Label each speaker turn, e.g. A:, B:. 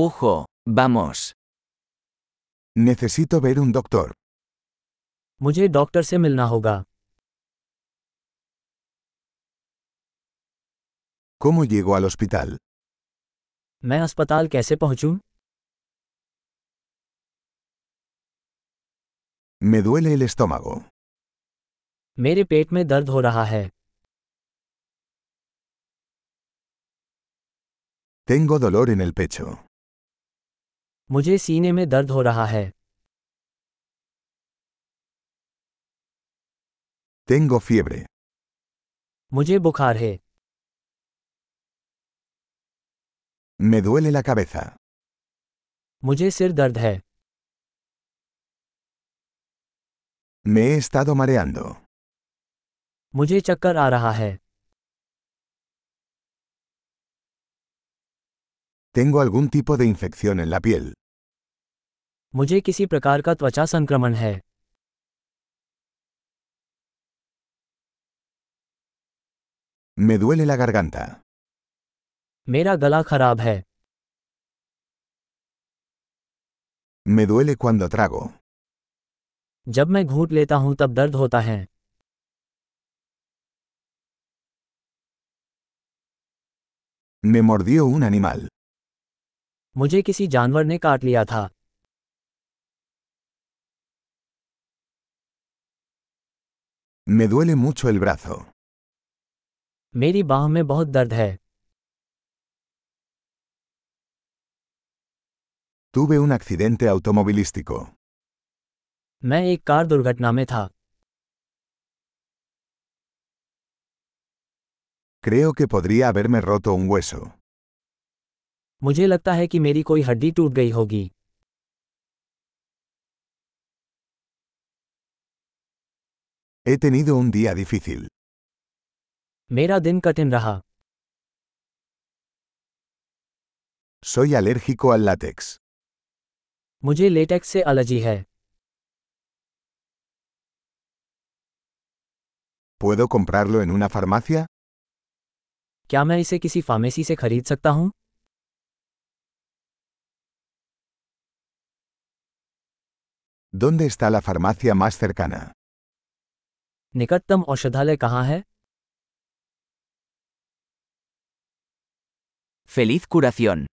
A: Ojo, vamos.
B: Necesito ver un doctor.
C: मुझे डॉक्टर से मिलना होगा
B: ¿Cómo llego al hospital?
C: मैं अस्पताल कैसे पहुंचूं?
B: Me duele el estómago.
C: मेरे पेट में दर्द हो रहा है
B: Tengo dolor en el pecho.
C: मुझे सीने में दर्द हो रहा है
B: Tengo fiebre.
C: मुझे बुखार है
B: Me duele la cabeza.
C: मुझे सिर दर्द है
B: Me he estado mareando.
C: मुझे चक्कर आ रहा है
B: Tengo algún tipo de infección en la piel.
C: मुझे किसी प्रकार का त्वचा संक्रमण है
B: Me duele la garganta.
C: मेरा गला खराब है
B: Me duele cuando trago.
C: जब मैं घूंट लेता हूं तब दर्द होता है
B: Me mordió un animal.
C: मुझे किसी जानवर ने काट लिया था
B: Me duele mucho el brazo.
C: मेरी बाह में बहुत दर्द है
B: Tuve un accidente automovilístico.
C: मैं एक कार दुर्घटना में था
B: Creo que podría haberme roto un hueso.
C: मुझे लगता है कि मेरी कोई हड्डी टूट गई होगी
B: He tenido un día difícil.
C: मेरा दिन कठिन रहा
B: Soy alérgico al látex.
C: मुझे लेटेक्स से एलर्जी है
B: ¿Puedo comprarlo en una farmacia?
C: क्या मैं इसे किसी फार्मेसी से खरीद सकता हूँ
B: ¿Dónde está la farmacia más cercana?
C: निकटतम औषधालय कहाँ है
A: Feliz curación.